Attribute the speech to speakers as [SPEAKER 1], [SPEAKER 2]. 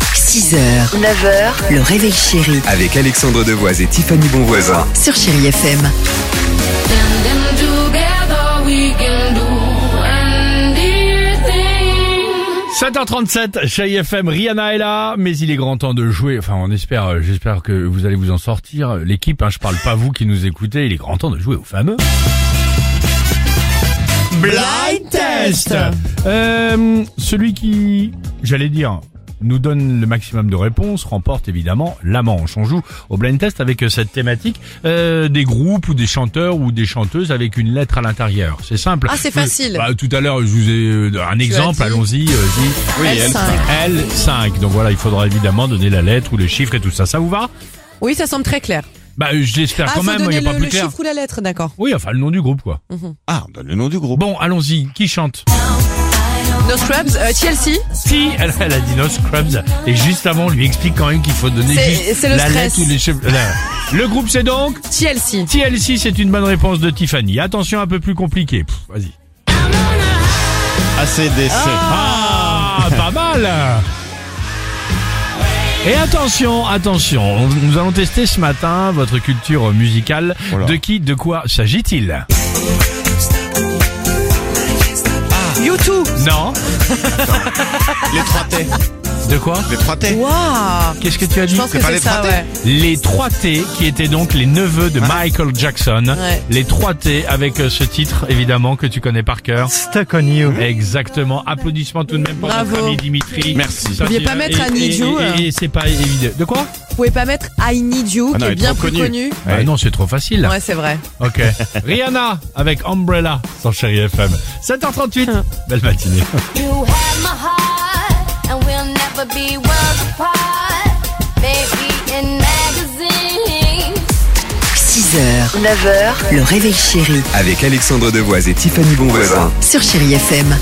[SPEAKER 1] 6h, 9h, le réveil chéri
[SPEAKER 2] Avec Alexandre Devoise et Tiffany Bonvoisin.
[SPEAKER 1] sur Chéri FM.
[SPEAKER 3] Standing together, we can do anything.
[SPEAKER 4] 7h37, chez IFM, Rihanna est là, mais il est grand temps de jouer. Enfin, on espère, euh, j'espère que vous allez vous en sortir. L'équipe, hein, je parle pas vous qui nous écoutez, il est grand temps de jouer au fameux. Blind Test Euh, Celui qui, j'allais dire, nous donne le maximum de réponses, remporte évidemment la manche. On joue au blind test avec euh, cette thématique euh, des groupes ou des chanteurs ou des chanteuses avec une lettre à l'intérieur. C'est simple.
[SPEAKER 5] Ah, c'est
[SPEAKER 4] Vous-
[SPEAKER 5] facile.
[SPEAKER 4] bah, tout à l'heure, je vous ai euh, un exemple,
[SPEAKER 5] dit.
[SPEAKER 4] allons-y. euh, dis-
[SPEAKER 5] L5.
[SPEAKER 4] L5. Donc voilà, il faudra évidemment donner la lettre ou les chiffres et tout ça. Ça vous va
[SPEAKER 5] Oui, ça semble très clair.
[SPEAKER 4] Bah, euh, je l'espère
[SPEAKER 5] Ah,
[SPEAKER 4] quand
[SPEAKER 5] faut
[SPEAKER 4] même, il n'y
[SPEAKER 5] donner
[SPEAKER 4] a pas
[SPEAKER 5] le,
[SPEAKER 4] plus
[SPEAKER 5] le
[SPEAKER 4] clair.
[SPEAKER 5] chiffre ou la lettre, d'accord. Mhm.
[SPEAKER 4] Oui, enfin, le nom du groupe, quoi.
[SPEAKER 6] Ah, on donne le nom du groupe.
[SPEAKER 4] Bon, allons-y. Qui chante
[SPEAKER 5] No Scrubs, euh, TLC,
[SPEAKER 4] Si, elle, elle a dit No Scrubs. Et juste avant, on lui explique quand même qu'il faut donner
[SPEAKER 5] C'est-
[SPEAKER 4] juste
[SPEAKER 5] c'est le
[SPEAKER 4] la
[SPEAKER 5] stress.
[SPEAKER 4] lettre ou les chiffres. Là. Le groupe, c'est donc
[SPEAKER 5] TLC.
[SPEAKER 4] TLC, c'est une bonne réponse de Tiffany. Attention, un peu plus compliqué. Pff, Vas-y.
[SPEAKER 6] ACDC.
[SPEAKER 4] Ah, pas mal et attention, attention, on- nous allons tester ce matin votre culture musicale.
[SPEAKER 6] Oh là.
[SPEAKER 4] De qui, de quoi s'agit-il
[SPEAKER 5] YouTube.
[SPEAKER 4] Non.
[SPEAKER 6] Les trois T.
[SPEAKER 4] De quoi
[SPEAKER 6] Les trois T.
[SPEAKER 5] Waouh.
[SPEAKER 4] Qu'est-ce que tu as
[SPEAKER 5] Je
[SPEAKER 4] dit
[SPEAKER 5] pense que
[SPEAKER 6] pas les
[SPEAKER 5] c'est ça,
[SPEAKER 6] trottés.
[SPEAKER 5] ouais.
[SPEAKER 4] Les 3T, qui étaient donc les neveux de Michael Jackson.
[SPEAKER 5] Ouais.
[SPEAKER 4] Les 3T avec euh, ce titre, évidemment, que tu connais par cœur. Stuck on You. Exactement. Applaudissements tout de même pour
[SPEAKER 5] Bravo.
[SPEAKER 4] notre ami Dimitri.
[SPEAKER 6] Merci.
[SPEAKER 5] Vous
[SPEAKER 4] Ça,
[SPEAKER 5] pouviez
[SPEAKER 4] c'est-
[SPEAKER 5] pas mettre
[SPEAKER 4] et-
[SPEAKER 5] Annie
[SPEAKER 4] et-
[SPEAKER 5] Jou,
[SPEAKER 4] et-
[SPEAKER 5] hein.
[SPEAKER 4] et- et c'est pas évident. De quoi
[SPEAKER 5] Vous pouvez pas mettre I Need You,
[SPEAKER 6] Ah non,
[SPEAKER 5] qui
[SPEAKER 6] elle
[SPEAKER 5] est
[SPEAKER 6] est
[SPEAKER 5] bien
[SPEAKER 6] trop
[SPEAKER 5] plus
[SPEAKER 6] connue.
[SPEAKER 5] connu.
[SPEAKER 4] Ah Non, c'est trop facile.
[SPEAKER 5] Ouais, c'est vrai.
[SPEAKER 4] Ok. Rihanna avec Umbrella sur Chéri FM.
[SPEAKER 5] Hein.
[SPEAKER 4] 7h38. Belle matinée.
[SPEAKER 7] You have my heart, and we'll never be worlds apart. Maybe in magazines.
[SPEAKER 1] 6h, 9h, le réveil chéri
[SPEAKER 2] Avec Alexandre Devoise et Tiffany Bonvoisin.
[SPEAKER 1] sur Chéri FM.